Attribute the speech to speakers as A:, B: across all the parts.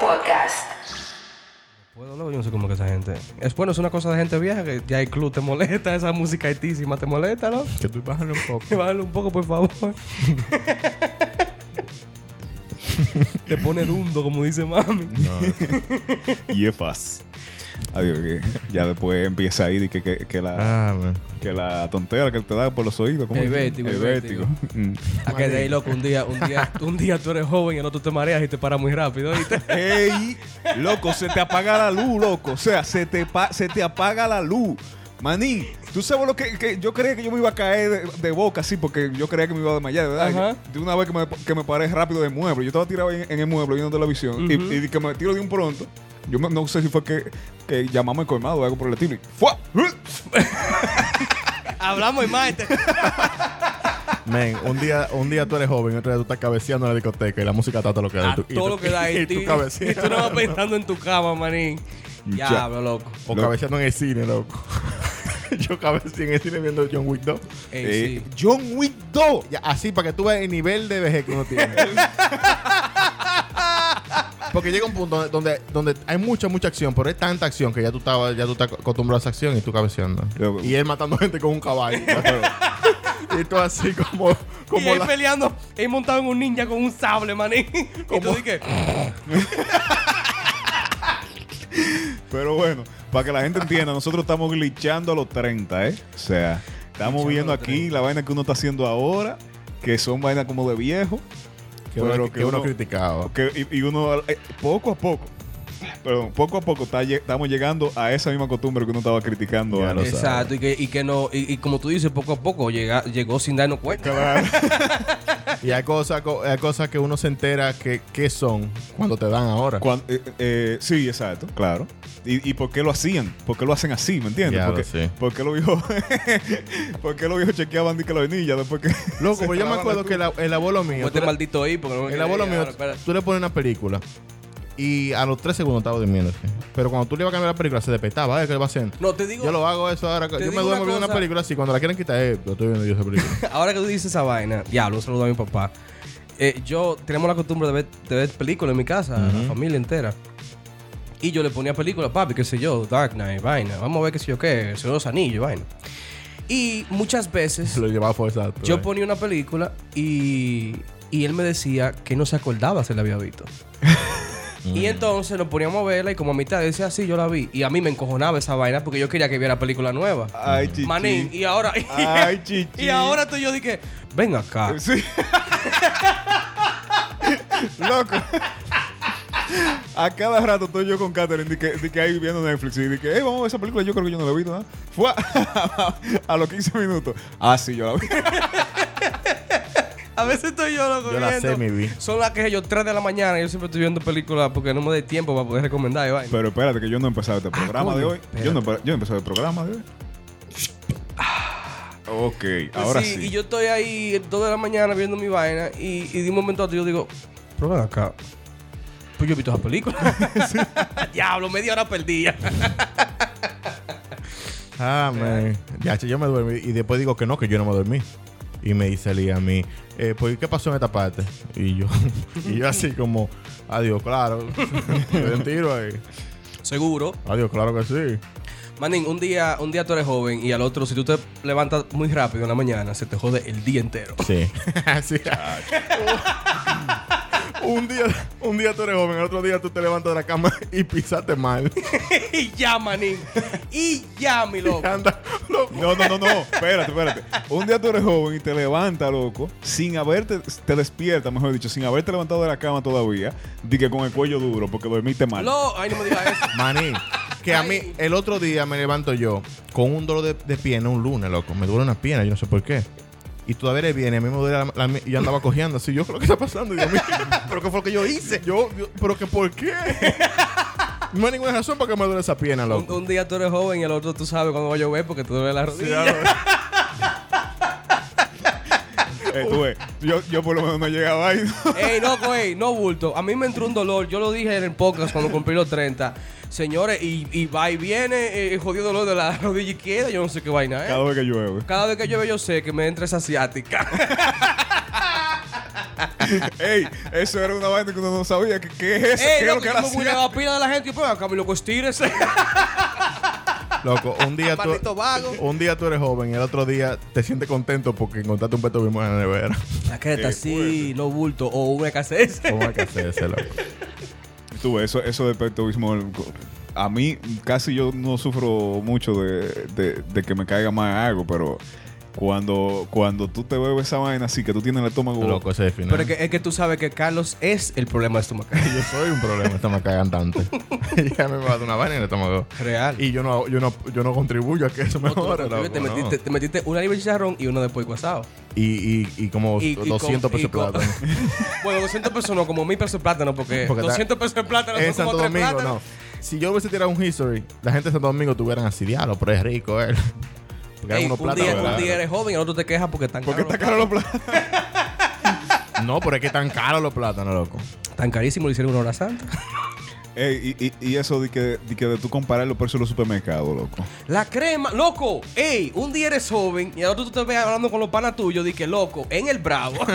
A: Podcast.
B: Puedo hablar, yo no sé cómo que esa gente. Es bueno, es una cosa de gente vieja que ya el club te molesta, esa música altísima te molesta, ¿no?
C: Que tú bájale un poco.
B: Bájale un poco, por favor. te pone dundo, como dice mami.
D: Yepas. Adiós, que ya después empieza ahí de que, que, que la,
C: Ah, man.
D: que la tontera que te da por los oídos. ¿cómo
B: El
D: es?
B: vértigo,
D: El
B: el
D: vértigo. Mm.
B: A que de ahí, loco, un día, un día, un día tú eres joven y el otro te mareas y te paras muy rápido, ¿oíste?
D: ¡Ey! Loco, se te apaga la luz, loco. O sea, se te, pa- se te apaga la luz. Manín, tú sabes lo que, que yo creía que yo me iba a caer de, de boca así porque yo creía que me iba a desmayar, ¿verdad?
B: Ajá.
D: De una vez que me, que me paré rápido del mueble, yo estaba tirado en, en el mueble viendo televisión y-
B: Ujú.
D: y, que me tiro de un pronto. Yo me- no sé si fue que, que llamamos al colmado o algo por el estilo. y ¡fua!
B: Hablamos y
C: este.
B: maite.
C: Men, un día, un día tú eres joven, otro día tú estás cabeceando en la discoteca y la música está a todo lo que da.
B: A
C: y tú- y
B: todo
C: tú-
B: lo que da ahí,
C: Y tú
B: tío. Y
C: cabeceando.
B: tú no vas pensando en tu cama, manín.
D: Ya.
B: Diablo, loco.
C: O
D: Lo-
C: cabeceando en el cine, loco. Yo cabeceé en el cine viendo John Wick 2.
B: Ey,
D: Eh,
B: sí.
D: John Wick 2.
C: Ya, así, para que tú veas el nivel de vejez que uno tiene. Porque llega un punto donde, donde hay mucha, mucha acción, pero es tanta acción que ya tú, estabas, ya tú estás acostumbrado a esa acción y tú cabeceando.
D: Yo-
C: Y él matando gente con un caballo. y tú así como,
B: y
C: como
B: ahí
C: la-
B: peleando, ahí montado en un ninja con un sable, manín. Y tú
C: Como-
B: dices,
D: Pero bueno, para que la gente entienda, nosotros estamos glitchando a los 30, ¿eh? O sea, estamos
B: Glitchando
D: viendo
B: a los
D: aquí la vaina que uno está haciendo ahora, que son vainas como de viejo,
C: que,
D: pero
C: uno, que uno criticaba.
D: que- y, y uno eh, poco a poco, perdón, poco a poco está lle- estamos llegando a esa misma costumbre que uno estaba criticando
C: Ya
D: a
C: lo
D: los-
B: Exacto, y que, y que no, y, y como tú dices, poco a poco llega, llegó sin darnos cuenta.
C: Y hay cosas, co- hay cosas que uno se entera que, que son cuando te dan ahora.
D: Cuan- eh, eh, sí, exacto, claro. ¿Y, y por qué lo hacían? ¿Por qué lo hacen así? ¿Me entiendes?
C: Ya lo
D: porque,
C: sé.
D: porque los viejos porque los viejos chequeaban de que la vainilla después que
C: Loco,
D: se
C: pero yo me
D: clavaban
C: acuerdo
D: la
C: que la- el abuelo mío.
B: Como este
C: tú le-
B: maldito ahí, porque no me
C: el
B: quiere
C: abuelo
B: llegar
C: mío,
B: ahora, espera.
C: tú le pones una película y a los tres segundos estaba durmiéndose. Pero cuando tú le ibas a cambiar la película, se despertaba. ¿eh? ¿Qué le va a hacer?
B: No, te digo,
C: yo lo hago eso ahora. Yo me
B: digo
C: duermo
B: una
C: viendo una
B: cosa.
C: película así. Cuando la quieren quitar, eh, yo estoy viendo yo esa película.
B: ahora que tú dices esa vaina, diablo, un saludo a mi papá. Eh, yo tenemos la costumbre de ver, de ver películas en mi casa, la familia entera. Y yo le ponía películas, papi, qué sé yo, Dark Knight, vaina. Vamos a ver qué sé yo qué, El Señor de los Anillos, vaina. Y muchas veces
C: Se lo llevaba forzado.
B: yo ponía una película y, y él me decía que no se acordaba si la había visto. Y entonces nos poníamos a verla y como a mitad decía, sí, yo la vi. Y a mí me encojonaba esa vaina porque yo quería que viera película nueva.
D: Ay, chichi.
B: Manín, y ahora... y-
D: Ay, chichi.
B: y ahora tú y yo dije, ven acá.
D: Sí. Loco. A cada rato estoy yo con Catherine de que, de que ahí viendo Netflix y de que, hey, vamos a ver esa película, yo creo que yo no la he visto, ¿no? Fue a, a los 15 minutos. Ah, sí, yo la vi.
B: A veces estoy yo loco
C: Yo la
B: viendo.
C: sé, mi vi.
B: Son las que yo 3 de la mañana. Yo siempre estoy viendo películas porque no me doy tiempo para poder recomendar. y vaina.
D: Pero espérate, que yo no he empezado este programa
B: coño,
D: de hoy. Yo no, empe- yo no he empezado el programa de hoy. Ah, Ok, ahora sí.
B: Pues Y yo estoy ahí 2 de la mañana viendo mi vaina y, y de un momento a otro yo digo, pero ven acá. Pues yo he visto esa película. Diablo, media hora perdida.
C: Ah, man. Ya, che, yo me duermo Y después digo que no, que yo no me dormí. Y me dice Lee a mí, eh, pues, ¿y ¿qué pasó en esta parte? Y yo, y yo así como, adiós, claro. Me dio un tiro ahí.
B: Seguro.
C: Adiós, claro que sí.
B: Manín, un día, un día tú eres joven y al otro, si tú te levantas muy rápido en la mañana, se te jode el día entero.
C: Sí. Sí. un, día, un día tú eres joven, el otro día tú te levantas de la cama y pisaste mal.
B: y ya, manín. Y ya, mi loco.
C: Anda, loco.
D: No, no, no, no. Espérate, espérate. Un día tú eres joven y te levantas, loco, sin haberte, te despierta, mejor dicho, sin haberte levantado de la cama todavía, di que con el cuello duro porque dormiste mal.
B: No, ay, no me digas eso.
C: Maní, que a mí el otro día me levanto yo con un dolor de, de pierna un lunes, loco. Me duele una pierna, yo no sé por qué. Y todavía le viene, a mí me duele la, la mi- y yo andaba cojeando así. Yo, ¿qué es lo que está pasando? Y Dios mío, ¿pero qué fue lo que yo hice? Yo, yo, ¿pero que por qué? No hay ninguna razón para que me duele esa pierna,
B: Un,
C: loco.
B: un día tú eres joven y el otro tú sabes cuándo va a llover porque te duele la rodilla.
D: Eh, tú ves, yo, yo por lo menos no llegaba ahí. ¿no?
B: ey, loco, ey, no bulto. A mí me entró un dolor. Yo lo dije en el podcast cuando cumplí los 30. Señores, y, y va y viene eh, jodido dolor de la rodilla izquierda. Yo no sé qué vaina, ¿eh?
D: Cada
B: Cada,
D: vez que llueve.
B: vez que llueve yo sé que me entra esa asiática.
D: Ey, eso era una vaina que uno no sabía. ¿Qué, qué es eso? ¿Qué
B: ¡Ey,
D: es
B: loco!
D: lo que
B: Yo
D: era
B: me voy a
D: así?
B: la pila de la gente y pues acá, mi loco, estírese.
C: Loco, un día, tú,
B: Maldito vago.
C: un día tú eres joven y el otro día te sientes contento porque encontraste un peto bimbo en la nevera.
B: La creta sí, no bulto o una escasez.
C: ¿Cómo hay que hacerse, loco?
D: Tú, eso, eso de pectovismo. A mí casi yo no sufro mucho de, de- de que me caiga más algo, pero cuando, cuando tú te bebes esa vaina así, que tú tienes el estómago.
C: Loco, ese es el final.
B: Pero es que, es que tú sabes que Carlos es el problema estomacal.
C: Yo soy un problema estómago andante. ya me va a dar una vaina en el estómago.
B: Real.
C: Y yo no, yo no, yo no contribuyo a que eso
B: No, tú no
C: mejore,
B: contribuyes,
C: loco.
B: te,
C: no.
B: metiste, te metiste una libra de chicharrón y uno después guasado.
C: Y, y, y como
B: Y- y con-
C: 200
B: y
C: pesos de
B: con-
C: plátano.
B: Bueno, 200 pesos no, como 1000 pesos de plátano, porque,
C: Porque está-
B: 200 pesos de plátano
C: en
B: son
C: Santo
B: como tres
C: Domingo,
B: plátanos.
C: no. Si yo hubiese tirado un history, la gente de Santo Domingo tuvieran así, diablo, pero es rico él. Porque
B: Ey,
C: eran unos
B: un, día,
C: plátanos.
B: un día
C: ¿verdad?
B: eres joven y el otro te quejas porque están
D: Porque
B: caros.
D: está caro los platos.
C: No, pero es que tan caros los plátanos, loco.
B: Tan carísimo lo hicieron una hora santa.
D: Ey, y, y- y eso de que, de que de tú comparar los precios de los supermercados, loco.
B: La crema, loco, ey, un día eres joven y el otro tú te ves hablando con los panas tuyos, di que loco, en el bravo.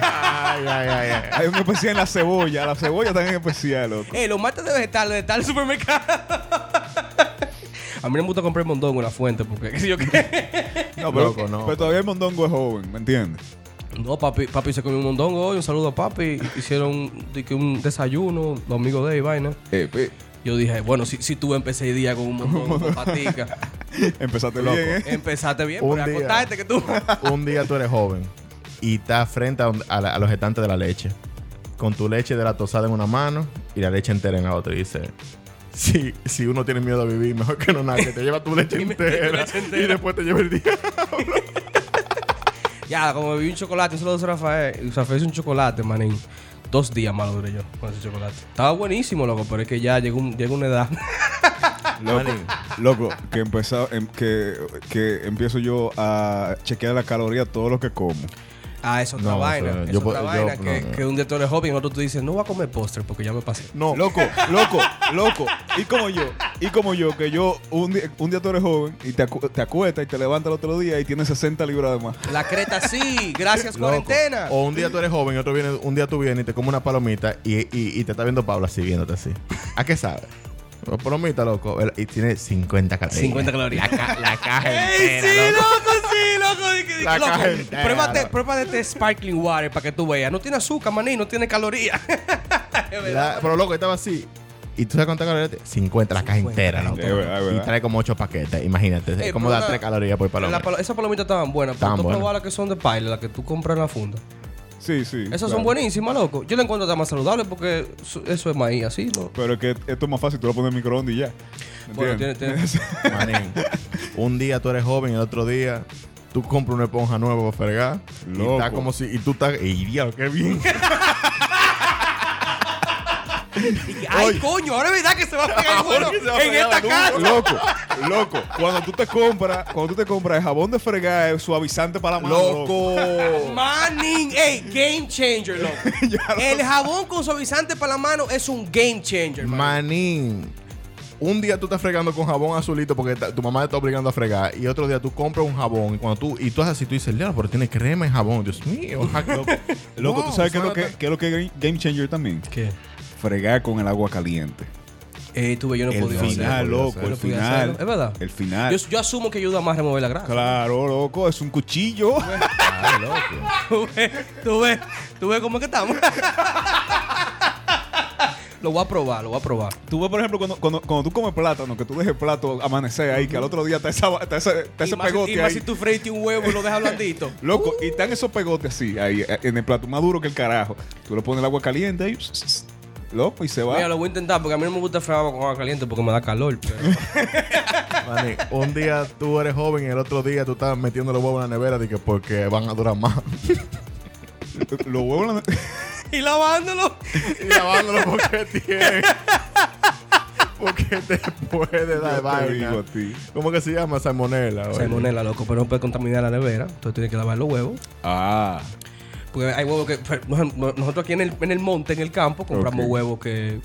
C: Ay, ay, ay, ay.
D: Hay un especial en la cebolla. La cebolla también es especial, loco.
B: ey, los martes de vegetales de tal supermercado. A mí no me gusta comprar mondongo en la fuente porque qué sé yo qué.
D: No, pero,
C: Loco, no.
D: pero todavía el mondongo es joven, ¿me entiendes?
B: No, papi, papi se comió un mondongo hoy, un saludo a papi. Hicieron di que un desayuno, los amigos de él, y vaina.
D: Eh, pe-
B: Yo dije, bueno, si, si tú empecé el día con un mondongo, con patica,
D: Empezaste
C: Loco.
D: bien, ¿eh?
B: empezaste bien,
C: Un
B: pero
C: día.
B: acostaste que tú.
C: un día tú eres joven y estás frente a, un- a la- a los estantes de la leche. Con tu leche de la tosada en una mano y la leche entera en la otra. Y dice, si, si uno tiene miedo a vivir, mejor que no nada, que te lleva tu leche,
B: Y me-
C: entera,
B: tu leche entera.
C: y después te lleva el día.
B: Ya, como bebí un chocolate, un saludo a Rafael. Rafael hizo un chocolate, manín. Dos días malo duré yo con ese chocolate. Estaba buenísimo, loco, pero es que ya llegó, un- llegó una edad.
D: Loco, loco, que, empeza- em- que, que empiezo yo a chequear la caloría todo lo que como.
B: Ah, es otra
C: No,
B: vaina.
C: o sea,
B: es
C: yo
B: otra
C: po- yo-
B: vaina
C: no,
B: que,
C: no.
B: que un día tú eres joven y otro tú dices, no voy a comer postre porque ya me pasé.
C: No,
D: Loco, loco, loco. Y como yo, y como yo, que yo un día, un día tú eres joven y te, acu- te acuestas y te levantas el otro día y tienes 60 libras de más.
B: La creta sí, gracias
C: loco.
B: cuarentena.
C: O un día tú eres joven y otro viene, un día tú vienes y te comes una palomita y, y- y te está viendo Paula siguiéndote así. ¿A qué sabe? Una palomita, loco. el- Y tiene 50 calorías.
B: 50 calorías.
C: La, ca- la caja
B: ¡Ey,
C: entera,
B: sí,
C: loco.
B: loco, sí, loco! di que- di
C: La
B: que, loco,
C: caja entera,
B: pruébate,
C: loco.
B: pruébate este sparkling water para que tú veas. No tiene azúcar, maní, no tiene calorías.
C: La- pero loco, estaba así. ¿Y tú sabes cuántas calorías? tiene? 50 la caja entera, loco.
D: Es verdad, es
C: Y
D: verdad.
C: trae como 8 paquetes, imagínate.
B: Ey,
C: es como
B: pero
C: da
B: una-
C: 3 calorías por paloma.
B: La palo- esas palomitas estaban buenas. pero
C: Estaban
B: tú
C: buenas.
B: probas las que son de paila, las que tú compras en la funda.
D: Sí, sí.
B: Esas
D: claro.
B: son buenísimas, loco. Yo la encuentro hasta más saludable porque su- eso es maíz así, ¿no?
D: Pero es que esto es más fácil, tú lo pones en el microondas y ya. ¿Me
B: Bueno, tiene,
D: entiendes?
B: tiene-
C: Manín, un día tú eres joven y el otro día tú compras una esponja nueva para fregar. Y
D: Loco.
C: está como si. Y tú estás. ¡Ey, diablo, qué bien!
B: ¡Ay, coño! Ahora es verdad que se va a pegar el bueno
C: que se va a
B: en
C: pegar
B: esta
C: la
B: casa.
D: Loco, loco. Cuando tú te compras, cuando tú te compras el jabón de fregar, el suavizante para la mano.
B: Manning, ey, game changer, loco. El jabón con suavizante para la mano es un game changer, man.
C: Manín. Un día tú estás fregando con jabón azulito porque ta- tu mamá te está obligando a fregar. Y otro día tú compras un jabón. Y cuando tú. Y tú haces así, tú dices, León, pero tiene crema y jabón. Dios mío. loco.
D: Loco,
C: No,
D: ¿tú sabes qué es
C: suena
D: lo que,
C: tan-
D: qué es lo que es Game Changer también?
B: ¿Qué?
D: Fregar con el agua caliente.
B: Eh, tuve, yo no
D: el
B: podía hacerlo.
D: final,
C: hacerlo,
D: loco,
C: yo
B: no
D: el
B: podía
D: final.
B: hacerlo. Es verdad.
D: El final.
B: Yo, yo asumo que ayuda más a remover la grasa.
D: Claro, loco, es un cuchillo.
C: Claro, loco.
B: Tú ves, tú ves, tú ves cómo es que estamos. lo voy a probar, lo voy a probar.
D: Tú ves, por ejemplo, cuando, cuando, cuando tú comes plátano, que tú dejes el plato amanecer ahí, que al otro día está, esa, está ese, está ese
B: y más, si- y
D: pegote
B: más
D: ahí.
B: si tú freíste un huevo y lo dejas blandito.
D: Loco, y están esos pegotes así, ahí, eh, en el plato, más duro que el carajo. Tú le pones el agua caliente y... Loco, y se va.
B: Mira, lo voy a intentar porque a mí no me gusta fregar con agua caliente porque me da calor. pero-
C: Manín, un día tú eres joven y el otro día tú estás metiendo los huevos en la nevera de que porque van a durar más.
D: Los huevos... en la-
B: y lavándolo.
C: y lavándolos porque tienen. Porque te puede
D: Yo
C: dar
D: te digo
C: vaina.
D: a ti.
C: ¿Cómo que se llama? Salmonella. oye.
B: Salmonela, loco, pero no puede contaminar la nevera. Entonces tienes que lavar los huevos.
D: Ah.
B: pues, Porque hay huevos que. nos- Nosotros aquí en el, en el monte, en el campo, compramos
D: Ok.
B: huevos que.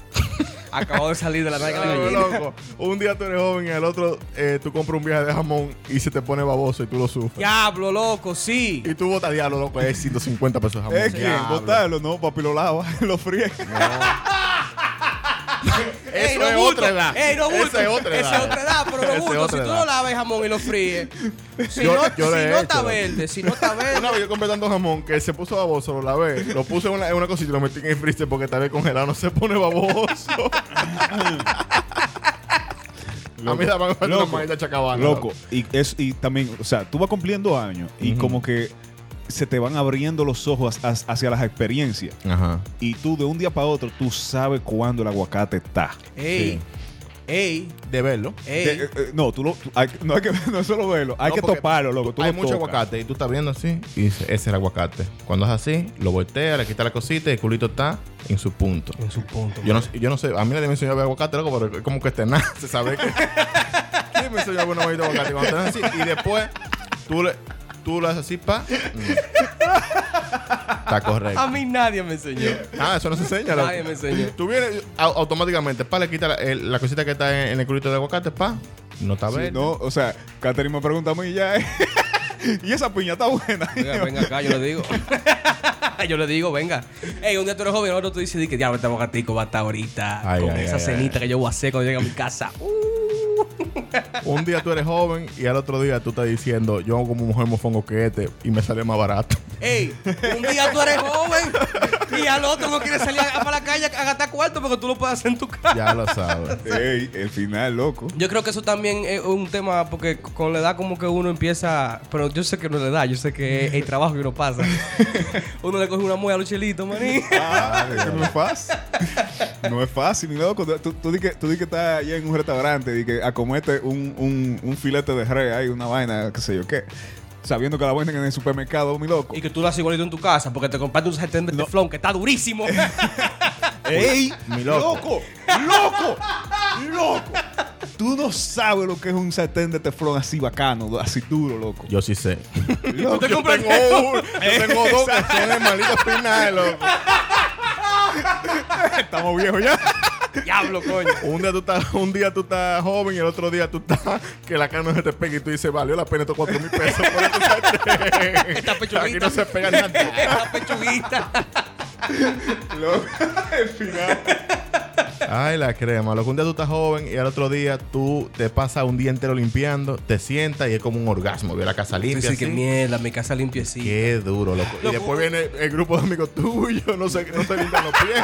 B: Acabado de salir de la nalga de la
C: Claro,
B: gallina.
C: loco. Un día tú eres joven y el otro eh, tú compras un viaje de jamón y se te pone baboso y tú lo sufres.
B: Diablo, loco, sí.
C: Y tú botas diablo, loco, es 150 pesos de jamón.
D: Es que
C: Diablo.
D: botarlo, no, papi lo lava, lo fríe.
C: Eso
B: Ey, no
C: es
B: bulto.
C: otra edad.
B: Ey, no
C: Esa
B: bulto.
C: es otra edad.
B: Esa es otra edad, pero
C: Esa
B: no
C: es
B: bulto. Si
C: otra
B: tú
C: edad.
B: no lavas el jamón y lo fríes. Si
C: Yo-
B: no,
C: yo lo
B: si
C: he
B: no está
C: hecho.
B: verde, si no está verde.
C: Una vez yo compré tanto jamón que se puso baboso, lo lavé, lo puse en una, en una cosita y lo metí en el freezer porque tal vez congelado no se pone baboso. a mí la van a faltar una
D: Loco.
C: manita chacabana.
D: Loco. Y, es, y también, o sea, tú vas cumpliendo años y como que se te van abriendo los ojos as- hacia las experiencias.
C: Ajá.
D: Y tú, de un día para otro, tú sabes cuándo el aguacate está.
B: Ey, ey,
C: De verlo.
B: ey.
D: De- eh, eh, no, tú lo, tú- hay- no hay que no es solo verlo, hay
C: No,
D: que
C: porque
D: toparlo, loco. tú
C: Hay
D: lo
C: mucho
D: tocas.
C: aguacate y tú estás viendo así y dices, ese es el aguacate. Cuando es así, lo voltea, le quita la cosita y el culito está en su punto.
B: en su punto.
C: Yo no, yo no sé, a mí nadie me enseñó a ver aguacate, loco, pero es como que este nada, se sabe que. ¿Quién me enseñó a ver una manita de aguacate? Cuando estás así, y después tú le, tú le haces así, pa. mm. Está correcto.
B: A mí nadie me enseñó.
C: Ah, eso no se enseña, loco.
B: Nadie me enseñó.
C: Tú vienes au- automáticamente, pa, le quita la, el- la cosita que está en, en el culito de aguacate, pa. No está
D: Sí,
C: verde.
D: no, o sea, Catherine me pregunta a mí y ya. eh, y esa piña está buena.
B: Venga, venga acá, yo le digo. yo le digo, venga. Ey, un día tú eres joven, ahora tú dices, di que diablo, este abogatico va a estar ahorita
C: Ay,
B: con
C: ay,
B: esa
C: ay,
B: cenita que yo voy a hacer cuando llegue a mi casa. Uh.
C: Un día tú eres joven y al otro día tú estás diciendo, yo como mujer mofongo que este y me sale más barato.
B: Ey, un día tú eres joven y al otro no quieres salir a- para la calle a gastar cuarto porque tú lo puedes hacer en tu casa.
C: Ya lo sabes.
D: Ey, el final, loco.
B: Yo creo que eso también es un tema porque con la edad como que uno empieza, pero yo sé que no es la edad, yo sé que es el trabajo que uno pasa. uno le coge una muela a los chelitos, maní.
D: Ah, que no es fácil. No es fácil, mi loco. Tú, tú di que, tú di que estás allá en un restaurante y que acomete un, un, un filete de rey ahí, una vaina, qué sé yo qué. Sabiendo que la venden en el supermercado, mi loco.
B: Y que tú lo haces igualito en tu casa porque te compraste un sartén de teflón que está durísimo.
D: ¡Ey!
C: Mi loco.
D: loco! ¡Loco! ¡Loco! Tú no sabes lo que es un sartén de teflón así bacano, así duro, loco.
C: Yo sí sé.
D: Loco.
B: te
C: Yo
B: compras
C: tengo, un- yo tengo dos que son de malito final, loco.
D: Estamos viejos ya.
B: Diablo, coño.
C: Un día, tú estás, un día tú estás joven y el otro día tú estás que la carne se te pega y tú dices, valió la pena estos cuatro mil pesos por este sartén.
B: Esta pechuguita.
C: Aquí no se pega nada.
B: Esta pechuguita.
D: Loco. El final.
C: Ay, la crema. Lo que un día tú estás joven y al otro día tú te pasas un día entero limpiando, te sientas y es como un orgasmo. Veo la casa limpia.
B: Dice que
C: así.
B: mierda, mi casa limpiecita.
C: Qué duro, loco. Y
B: Loco.
C: después viene el grupo de amigos tuyos, no sé, no se limpian los pies.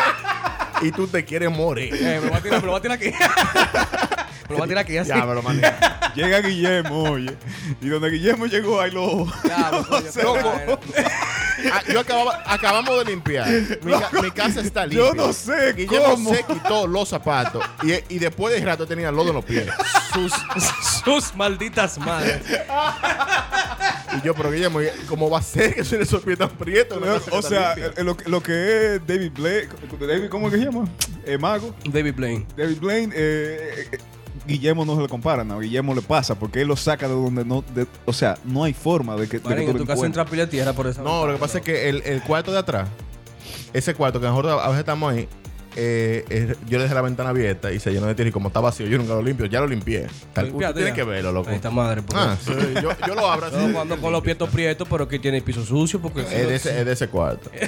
C: y tú te quieres morir.
B: Eh, me lo va a tirar, me lo va a tirar aquí. me lo va a tirar aquí así.
C: Ya, me lo mandé.
D: Llega Guillermo, oye. Y donde Guillermo llegó, ahí lo.
B: Diablo, coño,
D: sé,
B: qué
D: loco.
B: vaina.
C: Ah, yo acababa, acabamos de limpiar. Mi, ca- mi casa está limpia.
D: Yo no sé
C: Guillermo
D: cómo.
C: se quitó los zapatos y, y después de rato tenía lodo en los pies.
B: Sus, sus malditas madres.
C: Y yo, pero Guillermo, ¿cómo va a ser que se le esos pies tan prietos? Una
D: Loco,
C: casa que
D: O
C: está
D: sea,
C: limpia.
D: eh, lo, que- lo que es David Blaine, David, ¿cómo que se llama? Eh, Mago.
B: David Blaine.
D: David Blaine, eh, eh, Guillermo no se le compara, no. Guillermo le pasa porque él lo saca de donde no. de- o sea, no hay forma de que, de que
B: Marín,
D: tú
B: en
D: lo
B: tu casa entra
D: encuentres.
B: pila de tierra por esa
C: No, lo que pasa es que el, el cuarto de atrás, ese cuarto que nosotros a veces estamos ahí, eh, es- yo le dejé la ventana abierta y se llenó de tierra y como está vacío, yo nunca lo limpio, ya lo limpié. Tal, usted
B: Limpiate
C: tiene
B: ya.
C: que verlo, loco.
B: Ahí está madre. Porque...
C: Ah, sí, yo, yo lo abro así.
B: Yo cuando con los pietos prietos, pero que tiene el piso sucio porque si
C: Es
B: no,
C: de, ese, es de ese cuarto.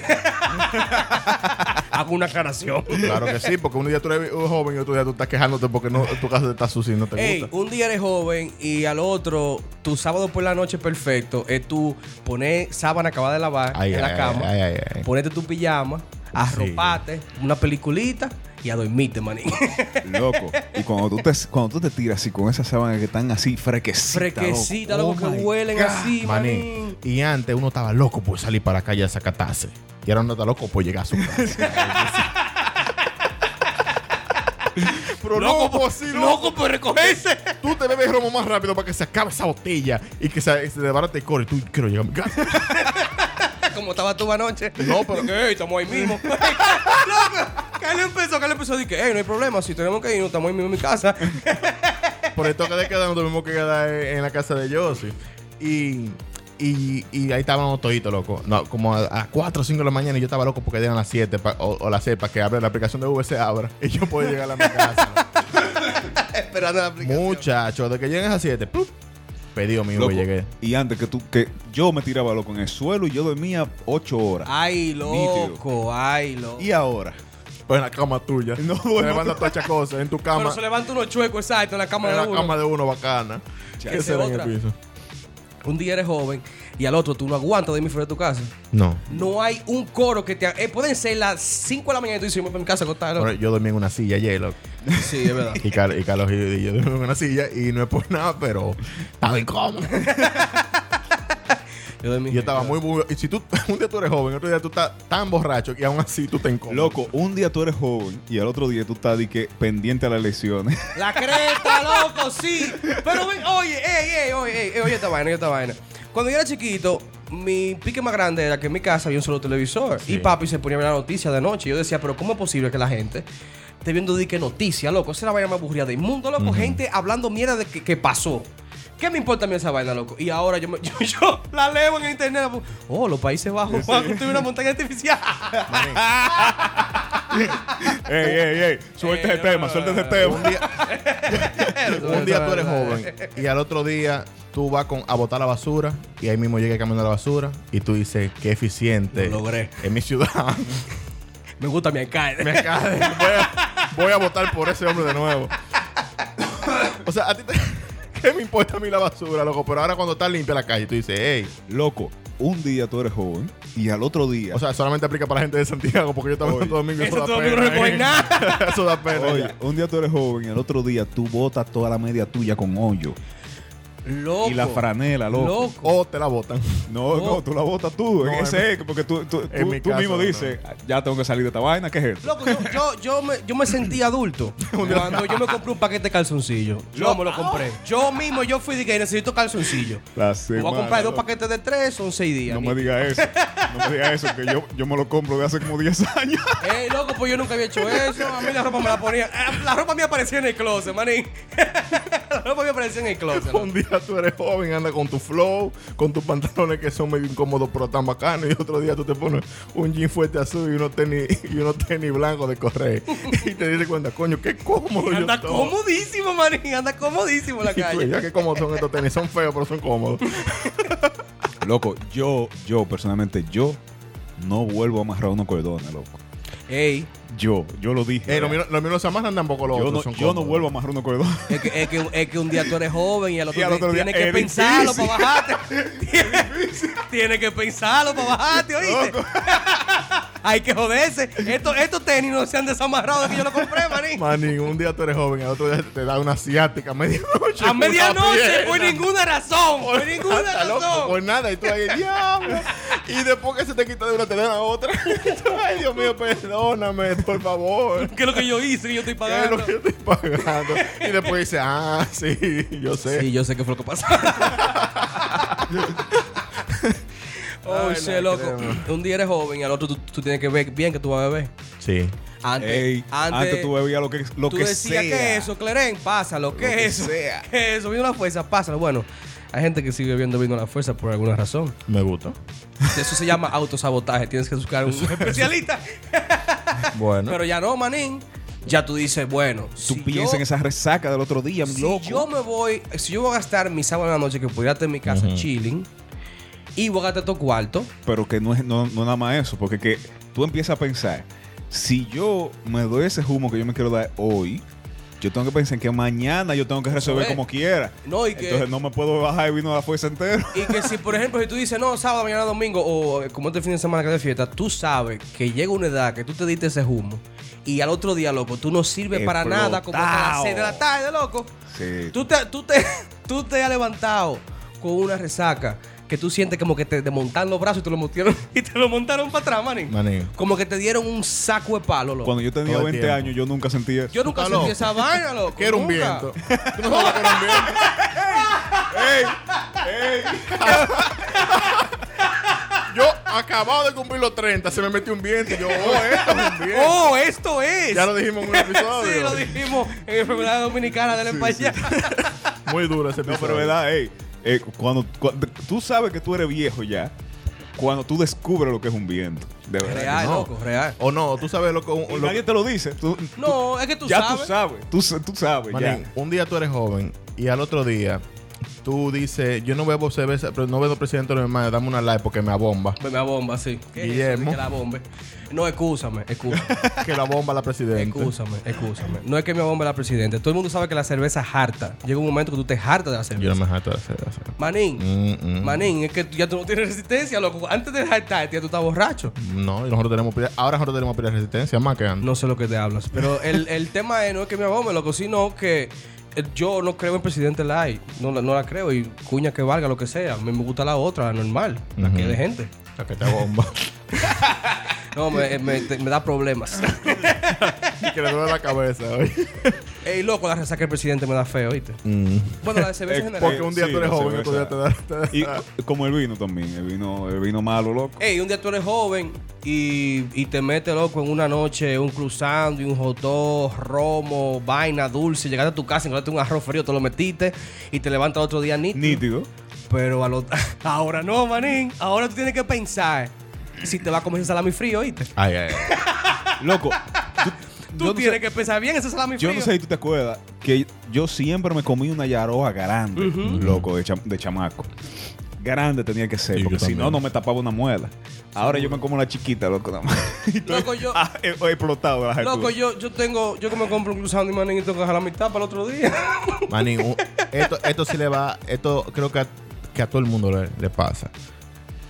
B: hago una aclaración.
C: Claro que sí, porque un día tú eres joven y otro día tú estás quejándote porque no, tu casa está sucia y no te
B: Ey, uh,
C: gusta.
B: un día eres joven y al otro, tu sábado por la noche perfecto es tu poner sábana acabada de lavar
C: Ay,
B: en
C: ay,
B: la cama,
C: ay, ay, ay.
B: ponerte tu pijama, arroparte, una peliculita y a dormirte, manín.
D: Loco. Y cuando tú, te, cuando tú te tiras así con esas sábanas que están así fresquecitas.
B: Frequecita,
D: loco.
B: loco,
D: Oh
B: que
D: my
B: huelen
D: God.
B: así,
C: Maní.
B: manín.
C: Y antes uno estaba loco por salir para la calle a desacatarse. Y ahora uno está loco por llegar a su casa. Pero loco, por sí, loco.
B: Loco por recogerse.
C: Tú te bebes romo más rápido para que se acabe esa botella y que se, se desbarate el core. Y tú quiero llegar a mi casa.
B: Como estaba tú anoche.
C: No, pero-
B: Dije, "Ey, estamos ahí mismo. Loco, que él empezó, que él empezó. Dije, hey, no hay problema. Si tenemos que irnos, estamos ahí mismo en mi casa.
C: Por el toque de queda nos tuvimos que quedar en en la casa de Josie. Y y, y ahí estaban los toditos, loco. No, como a, a 4 o 5 de la mañana y yo estaba loco porque eran las 7 pa- o, o las 6 para que abra la aplicación de Uber se abra y yo puedo llegar a mi casa.
B: Esperando la aplicación.
C: Muchachos, de que lleguen a 7, ¡plup! pedido mi Uber,
D: Loco,
C: llegué.
D: Y antes que tú, que yo me tiraba loco en el suelo y yo dormía ocho horas.
B: Ay, loco, ay, loco.
D: Y ahora,
C: Pues en la cama tuya.
D: No,
C: te
D: bueno.
C: levantas toda esa cosa en tu
B: Pero
C: cama.
B: se levanta uno chueco, exacto, en la cama
C: en
B: de
C: la
B: uno.
C: cama de uno bacana.
B: Ya,
C: ¿Qué
B: esa
C: será
B: es
C: en el
B: otra.
C: piso?
B: Un día eres joven y al otro tú no aguantas dormir fuera de tu casa.
C: No.
B: No hay un coro que te... ha- Eh, pueden ser las 5 de la mañana y tú dices, "Me voy para mi casa a acostar. ¿no?".
C: Bueno, yo dormí en una silla ayer, loco.
B: Sí, es verdad.
C: Y, Carlos- y Carlos y yo- y yo dormí en una silla y no es por nada, pero estaba incómodo.
B: Yo, dormí-
C: Y Yo estaba muy bu- Y si tú un día tú eres joven, otro día tú estás tan borracho y aún así tú te encomes.
D: loco, un día tú eres joven y al otro día tú estás di que, pendiente a las elecciones.
B: La cresta, loco, sí. Pero, ve- oye, ey, ey, oye, ey, ey, oye esta vaina, oye esta vaina. Cuando yo era chiquito, mi pique más grande era que en mi casa había un solo televisor. Y papi se ponía a ver la noticia de noche. Y yo decía, pero ¿cómo es posible que la gente esté viendo di que noticia, loco? Esa es la vaina más aburrida del mundo, loco. Gente hablando mierda de que, que pasó. ¿Qué me importa a mí esa vaina, loco? Y ahora yo, me- yo, yo la leo en internet. la pu- Oh, los Países Bajos, Juan, construir una montaña artificial.
D: ¡Ey, ey, ey! Suelta ese
B: Eh,
D: tema,
B: no,
D: suelta
B: no,
D: ese tema.
C: un día tú eres joven y al otro día tú vas con, a botar la basura y ahí mismo llega camino a la basura y tú dices, qué eficiente.
B: Lo logré.
C: En mi ciudad.
B: Me gusta mi alcalde.
C: Me cae. Voy a, voy a votar por ese hombre de nuevo. o sea, a ti te... ¿Qué me importa a mí la basura, loco? Pero ahora cuando está limpia la calle, tú dices, hey.
D: Loco, un día tú eres joven y al otro día.
C: O sea, solamente aplica para la gente de Santiago porque yo estaba en
D: Oye.
C: Santo Domingo.
B: Eso
C: da
B: todo el mundo no
C: pena,
B: recoge
C: ¿eh?
B: nada.
C: Eso da pena.
D: Oye,
C: ya.
D: un día tú eres joven y al otro día tú botas toda la media tuya con hoyo.
B: Loco.
D: Y la franela, loco.
B: Loco.
C: O te la botan.
D: No,
B: No.
D: no, tú la botas tú.
C: No, en
D: ese es, porque tú, tú,
C: en
D: tú-
C: mi
D: tú
C: caso,
D: mismo
C: no.
D: dices, "Ah, ya tengo que salir de esta vaina, ¿qué es esto?
B: Loco, yo, yo, yo, me, yo me sentí adulto cuando yo me compré un paquete de calzoncillo. Yo
D: ah.
B: me lo compré. Yo mismo, yo fui de que necesito calzoncillo.
D: La
B: Voy a
D: semana,
B: comprar dos
D: loco.
B: paquetes de tres, son seis días.
D: No
B: Ni-
D: me digas eso. No me digas eso, que yo, yo me lo compro de hace como 10 años.
B: Ey, loco, pues yo nunca había hecho eso. A mí la ropa me la ponía. eh, La ropa mía aparecía en el closet, manín. La ropa mía aparecía en el closet. loco.
C: Un día tú eres joven, anda con tu flow, con tus pantalones que son medio incómodos pero tan bacanos. Y otro día tú te pones un jean fuerte azul y unos tenis, y unos tenis blancos de correr. y te das cuenta, coño, qué cómodo yo
B: Anda
C: estoy.
B: comodísimo, manín. Anda comodísimo en la
C: Y tú,
B: calle.
C: ya que cómodos son estos tenis, son feos, pero son cómodos.
D: Loco, yo, yo, personalmente, yo no vuelvo a amarrar unos cordones, loco.
B: Ey,
D: Yo, yo lo dije.
C: Eh, lo mío- lo mío no se amarran tampoco los
D: yo
C: otros,
D: no,
C: son
D: yo no
C: cómodos.
D: vuelvo a amarrar unos cordones.
B: es que, es, que, es que un día tú eres joven y al otro,
D: Y al otro
B: día
D: día
B: tienes que
D: es
B: pensarlo
D: difícil.
B: para bajarte. Tienes, tienes que pensarlo para bajarte, ¿oíste? Hay que joderse. Estos, estos tenis no se han desamarrado de que yo los compré, manín.
C: Manín, un día tú eres joven, al otro día te da una asiática a medianoche.
B: A medianoche,
C: Una
B: por
C: pierna.
B: ninguna razón. Por ninguna
C: Está loco,
B: razón.
C: por nada. Y tú ahí, diablo. Y después que se te quita de una, te dan a otra. Y tú, Ay, Dios mío, perdóname, por favor.
B: ¿Qué es lo que yo hice? Que yo estoy
C: ¿Qué es lo
B: pagando.
C: que yo estoy pagando? Y después dice, ah, sí, yo sé.
B: Sí, yo sé qué fue lo que pasó. oh,
C: Ay,
B: shit,
C: no,
B: loco. Un día eres joven y al otro tú, tú tienes que ver bien que tú vas a beber.
C: Sí.
B: Antes,
D: Ey, antes, tú bebías lo que, lo
B: tú
D: que
B: decías,
D: sea.
B: ¿qué es eso, Clerén? Pásalo, ¿qué
D: Lo que
B: es eso?
D: sea.
B: ¿Qué es eso? Vino la fuerza, pásalo. Bueno, hay gente que sigue viendo vino la fuerza por alguna razón.
C: Me gusta.
B: Eso se llama autosabotaje. Tienes que buscar un especialista.
C: Bueno.
B: Pero ya no, manín. Ya tú dices, bueno, si
D: Tú piensas
B: yo-
D: en esa resaca del otro día, mi
B: si
D: loco.
B: yo me voy, si yo voy a gastar mi sábado en la noche que pudiera estar en mi casa chilling y voy a gastar tu cuarto,
D: Pero que no es no, no nada más eso, porque que tú empiezas a pensar, si yo me doy ese humo que yo me quiero dar hoy, yo tengo que pensar en que mañana yo tengo que resolver
B: es.
D: como quiera.
B: no y que
D: Entonces no me puedo bajar el vino a la fuerza entero.
B: y que si por ejemplo si tú dices no sábado mañana domingo o eh, como este fin de semana que es de fiesta, tú sabes que llega una edad que tú te diste ese humo y al otro día loco tú no sirves para nada como hasta las
D: Explotao.
B: 6 de la tarde loco.
D: Sí.
B: Tú te, tú te, tú te has levantado con una resaca que tú sientes como que te desmontaron los brazos y te lo montaron y te lo montaron para atrás, manín.
C: Manín.
B: Como que te dieron un saco de palo, loco.
D: Cuando yo tenía
C: Todo el
D: 20
C: tiempo.
D: años, yo nunca sentí eso.
B: Yo nunca
C: Está
B: sentí
C: loco.
B: esa vaina, loco.
C: Que era un
B: nunca.
C: viento. Tú no sabes que era un viento. Yo acabado de cumplir los 30, se me metió un viento. Y yo, oh, esto es un viento.
B: ¡Oh, esto es!
C: Ya lo dijimos en un episodio.
B: Sí, lo dijimos en Enfermedad Dominicana del España.
C: Muy duro ese
D: No,
C: episodio.
D: pero verdad, ey. eh, cuando, cuando- tú sabes que tú eres viejo ya, cuando tú descubres lo que es un viento. De verdad. que
B: Real,
D: no.
B: loco, real.
C: O no, tú sabes lo que. un-
D: Y
C: lo-
D: nadie te lo dice. Tú-
B: No, es que tú
D: ya
B: sabes.
D: tú sabes. Tú, sa- tú sabes.
C: Manín,
D: ya.
C: un día tú eres joven y al otro día tú dices, yo no veo cerveza, pero no veo presidente de mi hermano, dame una live porque me abomba.
B: Me la bomba, sí. ¿Qué es eso?
C: Guillermo.
B: Que la bomba. No, excúsame, excúsame.
C: que la bomba la presidenta.
B: Excúsame, excúsame. No es que mi bomba la presidente. Todo el mundo sabe que la cerveza es harta. Llega un momento que tú te hartas de la cerveza.
C: Yo no me jato de hacer eso.
B: Manín,
C: Mm, mm.
B: manín, es que tú- ya tú no tienes resistencia, loco. Antes de hartarte, ya tú estás borracho.
C: No, y nosotros tenemos pila- ahora nosotros tenemos pila de resistencia más que antes.
B: No sé lo que te hablas. Pero el, el tema es, no es que me abome, loco, sino que eh, yo no creo en presidente live. No, la- no la creo. Y cuña que valga, lo que sea. Me, me gusta la otra, la normal. La que es de gente.
C: La que te bomba.
B: No, me, eh, me- te- me da problemas.
C: y que le duele la cabeza hoy.
B: Ey, loco, la resaca del presidente me da feo, ¿oíste?
D: Mm.
C: Mm.
B: Bueno, la de cerveza en
D: Eh,
B: general.
C: Porque un día
D: Sí,
C: tú eres
D: la
C: joven y otro día te da.
D: cerveza.
C: te da-
D: Y co- como el vino también. El vino, el vino malo, loco.
B: Ey, un día tú eres joven y, y te metes loco en una noche un cruzando y un hot dog, romo, vaina dulce. Llegaste a tu casa, encontraste un arroz frío, te lo metiste y te levantas otro día nítido.
D: Nítido.
B: Pero a lo- ahora no, manín. Ahora tú tienes que pensar si te va a comer ese salami frío, ¿oíste?
C: Ay, ay, ay.
D: Loco. tú-
B: Tú
D: yo no
B: tienes
D: sé-
B: que pensar bien ese salami
D: Yo
B: frío.
D: no sé si tú te acuerdas que yo siempre me comí una yaroja grande, loco, de, cha- de chamaco. Grande tenía que ser,
C: Sí, yo
D: porque si no,
C: también.
D: no me tapaba una muela. Ahora yo me como la chiquita, loco, nada más. Y estoy-
B: Loco, yo-
D: Ah, he, he explotado de la
B: Loco,
D: altura.
B: yo, yo tengo, yo que me compro un cruzando y manín y tengo que dejar la mitad para el otro día.
C: Manín, un- esto, esto sí le va. Esto creo que a, que a todo el mundo le, le pasa.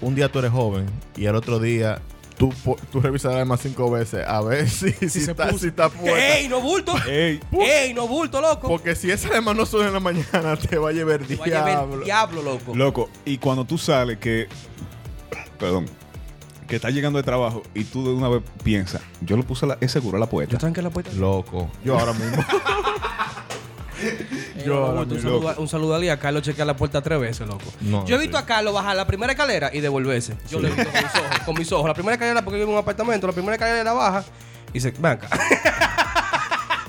C: Un día tú eres joven y al otro día tú, po- tú revisas la más cinco veces a ver si, si, está, si está puesta.
B: ¡Ey, no bulto!
D: Ey,
B: ¡Ey, no bulto, loco!
C: Porque si esa además no suena en la mañana, te va a llevar
B: Te Vaya a ver
C: diablo.
B: diablo, loco.
D: loco, y cuando tú sales que. Perdón. Que estás llegando de trabajo y tú de una vez piensas, yo le puse la, es seguro a la puerta.
B: Yo tranqué la
C: pues.
B: puerta.
C: Loco. Yo ahora mismo.
B: Eh,
C: Yo
B: loco,
C: ahora
B: un,
C: mismo.
B: saludo, a- un saludo a Lee, a Carlos chequea la puerta tres veces, loco.
C: No,
B: yo he visto
C: sí.
B: a Carlos bajar la primera escalera y devolverse. Yo lo he visto con mis ojos. Con mis ojos. La primera escalera, porque vivo en un apartamento, la primera escalera la baja y se. Ven acá.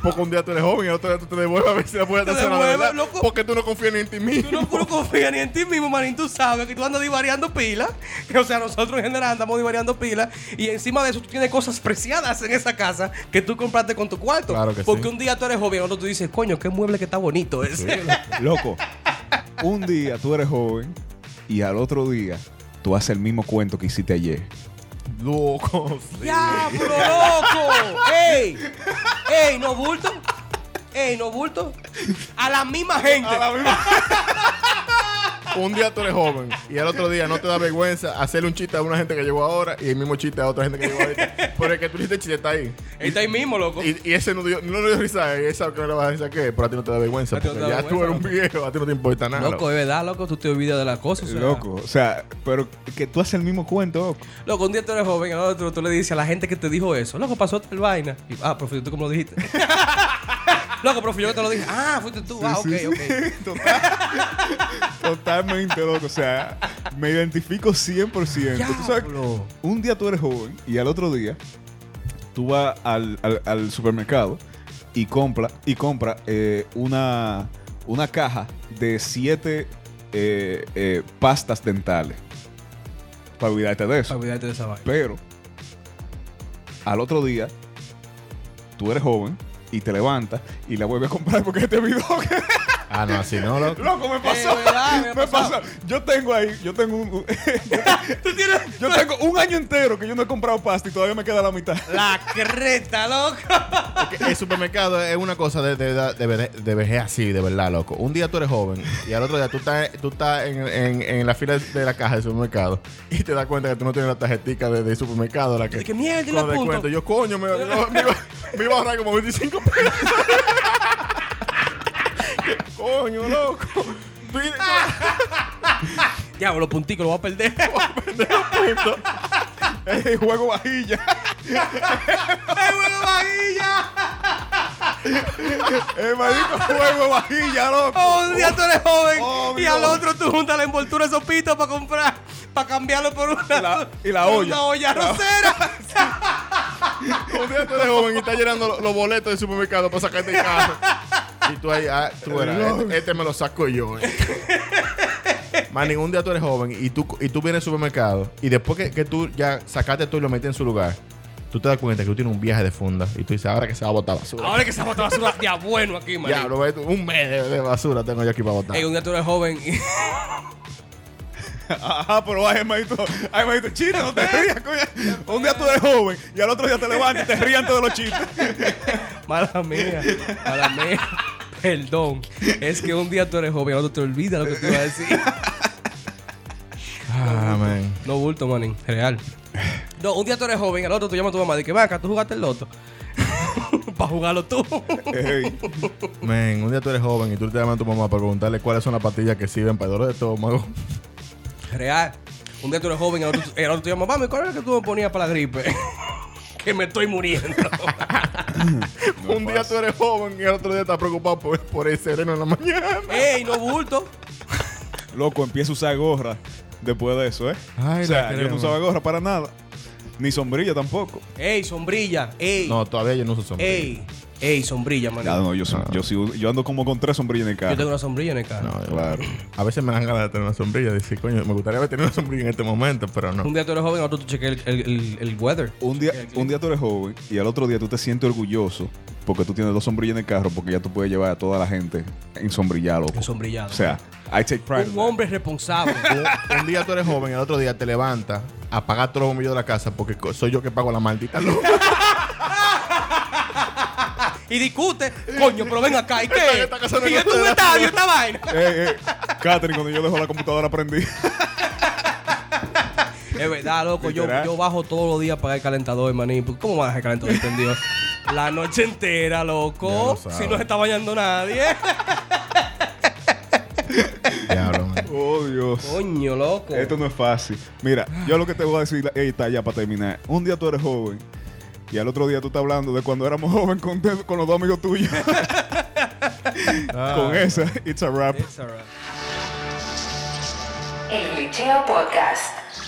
C: Porque un día tú eres joven y al otro día tú te devuelves a ver si la puedes
B: Te
C: hacer
B: devuelves,
C: verdad.
B: loco.
C: Porque tú no confías ni en ti
B: Tú
C: mismo.
B: no puro confías ni en ti mismo, manín. Tú sabes que tú andas divariando pilas. Que, o sea, nosotros en general andamos divariando pilas. Y encima de eso, tú tienes cosas preciadas en esa casa que tú compraste con tu cuarto.
C: Claro que
B: porque
C: sí.
B: un día tú eres joven, otro tú dices, coño, qué mueble que está bonito ese.
D: Loco, un día tú eres joven y al otro día tú haces el mismo cuento que hiciste ayer.
C: Loco. sí.
B: ¡Diablo, loco! ¡Ey! ¡Ey, no bulto! ¡Ey, no bulto! A la misma gente.
C: Un día tú eres joven y al otro día no te da vergüenza hacerle un chiste a una gente que llegó ahora y el mismo chiste a otra gente que llegó ahorita. Pero el que tú le hiciste el chiste está ahí.
B: Él Está ahí mismo, loco.
C: Y, y ese no dio, no le dio risa, y esa que no le va a risa que, pero a ti no te da vergüenza.
B: A ti no
C: Porque
B: te
C: ya
B: da
C: tú eres
B: vergüenza,
C: un viejo, a ti no te importa nada.
B: Loco, es verdad, loco, tú te olvidas de las cosas. o sea.
D: Loco, o sea, pero que tú haces el mismo cuento, loco.
B: Loco, un día tú eres joven, al otro tú le dices a la gente que te dijo eso. Loco, pasó el vaina. Y, ah, profe, ¿tú cómo lo dijiste? loco, profe, yo que te lo dije. Ah, fuiste tú. ah, ok,
D: Sí, sí,
B: ok.
D: sí. Total- totalmente loco, o sea, me identifico 100%. Tú sabes,
B: Diablo.
D: un día tú eres joven y al otro día tú vas al, al- al supermercado y compra, y compra eh, una, una caja de siete eh, eh, pastas dentales. Para olvidarte de
B: Para
D: eso.
B: olvidarte de esa vaina.
D: Pero al otro día, tú eres joven y te levantas y la vuelves a comprar porque te olvidó que-
C: Ah, no, así no, loco.
D: Loco, me pasó.
B: verdad, Ah, me ha
D: me
B: pasado.
D: pasó. Yo tengo ahí, yo tengo un. un-
B: Tú tienes
D: yo tengo un año entero que yo no he comprado pasta y todavía me queda la mitad.
B: la creta, loco.
C: Que el supermercado es una cosa de, de, de, de- de vejez así, de verdad, loco. Un día tú eres joven y al otro día tú estás, tú estás en, en- en la fila de la caja del supermercado y te das cuenta que tú no tienes la tarjetita de, de supermercado. La que,
B: Y que mierda, y
C: con
B: los puntos.
C: descuento. Yo, coño, me, yo- me iba, me iba a ahorrar como 25 pesos. coño, loco. Mira,
B: Diablo, los punticos los voy a perder.
C: punto.
D: El juego vajilla.
B: ¡Ay, huevo, vaguilla!
D: El maldito juego Eh, vajilla, loco.
B: Oh, un día tú eres joven
D: Oh,
B: y
D: Dios.
B: al otro tú juntas la envoltura de sopito para comprar, para cambiarlo por una,
D: La- y la
B: por
D: olla.
B: Una olla rosera.
C: Un día tú eres este joven y estás llenando lo- los boletos del supermercado para sacarte el carro. Y tú ahí, ah, tú eras, este, este me lo saco yo. eh. Más ningún día tú eres joven y tú, y tú vienes al supermercado y después que, que tú ya sacaste todo y lo metiste en su lugar, tú te das cuenta que tú tienes un viaje de funda y tú dices, ahora que se va a botar basura.
B: Ahora que se ha botado basura, ya bueno aquí, Oh, man.
C: Ya, lo ves tú, un mes de, de basura tengo yo aquí para botar.
B: Ey, un día tú eres joven y.
D: Ajá, pero ay, hermanito, ay, hermanito, chiste, no te rías, coño. Un día tú eres joven y al otro día te levantas y te rían todos los chistes.
B: Mala mía, mala mía. Perdón. Es que un día tú eres joven, ahora te olvidas lo que te iba a decir.
C: Ah, man.
B: No bulto, manín. Real. No, un día tú eres joven, al otro tú llamas a tu mamá y que ven acá, tú jugaste el loto. Para jugarlo tú.
D: Ey.
C: Man, un día tú eres joven y tú te llamas a tu mamá para preguntarle cuáles son las pastillas que sirven para el dolor de estómago.
B: Real. Un día tú eres joven, al otro, tú- al otro tú llamas, mami, ¿cuál era el que tú me ponías para la gripe? que me estoy muriendo.
C: un día tú eres joven y el otro día estás preocupado por, por el sereno en la mañana.
B: Ey, no bulto.
D: Loco, empieza a usar gorra después de eso, ¿eh?
C: Ay,
D: o sea,
C: la
D: yo
C: crema.
D: no usaba gorra para nada. Ni sombrilla tampoco.
B: Ey, sombrilla. Ey.
C: No, todavía yo no uso sombrilla.
B: Ey. Ey, sombrilla, manín.
D: Ya, no, yo, sí- yo, sí- yo ando como con tres sombrillas en el carro.
B: Yo tengo una sombrilla en el carro.
C: No, yo-
D: Claro.
C: A veces me dan ganas de tener una sombrilla. Decir, coño, me gustaría haber tenido una sombrilla en este momento, pero no.
B: Un día tú eres joven, al otro tú cheques el, el, el, el weather.
D: Un día, un día tú eres joven y al otro día tú te sientes orgulloso porque tú tienes dos sombrillas en el carro porque ya tú puedes llevar a toda la gente en sombrilla, loco.
B: Un sombrillado.
D: O sea, I take pride. in
B: un
D: that.
B: hombre responsable.
C: Un- un día tú eres joven y el otro día te levantas a pagar todos los bombillos de la casa porque co- soy yo que pago la maldita luz.
B: y discute. Coño, pero ven acá. ¿Y qué?
C: Esta casa no
B: ¿Y
C: es
B: esto es un
C: nuestra.
B: estadio, esta vaina?
D: Ey, ey, Eh, Catherine, cuando yo dejo la computadora prendida.
B: Es verdad, loco. Yo,
D: Literal.
B: yo bajo todos los días para el calentador, maní. Pues, ¿Cómo vas a el calentador entendido? La noche entera,
C: Ya
B: loco.
C: lo sabes.
B: Si no se está bañando nadie.
C: Diablo, man.
D: Oh, Dios.
B: Coño, loco.
D: Esto no es fácil. Mira, yo lo que te voy a decir, ahí está ya para terminar. Un día tú eres joven y al otro día tú estás hablando de cuando éramos joven con, con los dos amigos tuyos.
B: Ah.
D: con esa, it's a wrap.
B: It's alright.
A: El Liceo Podcast.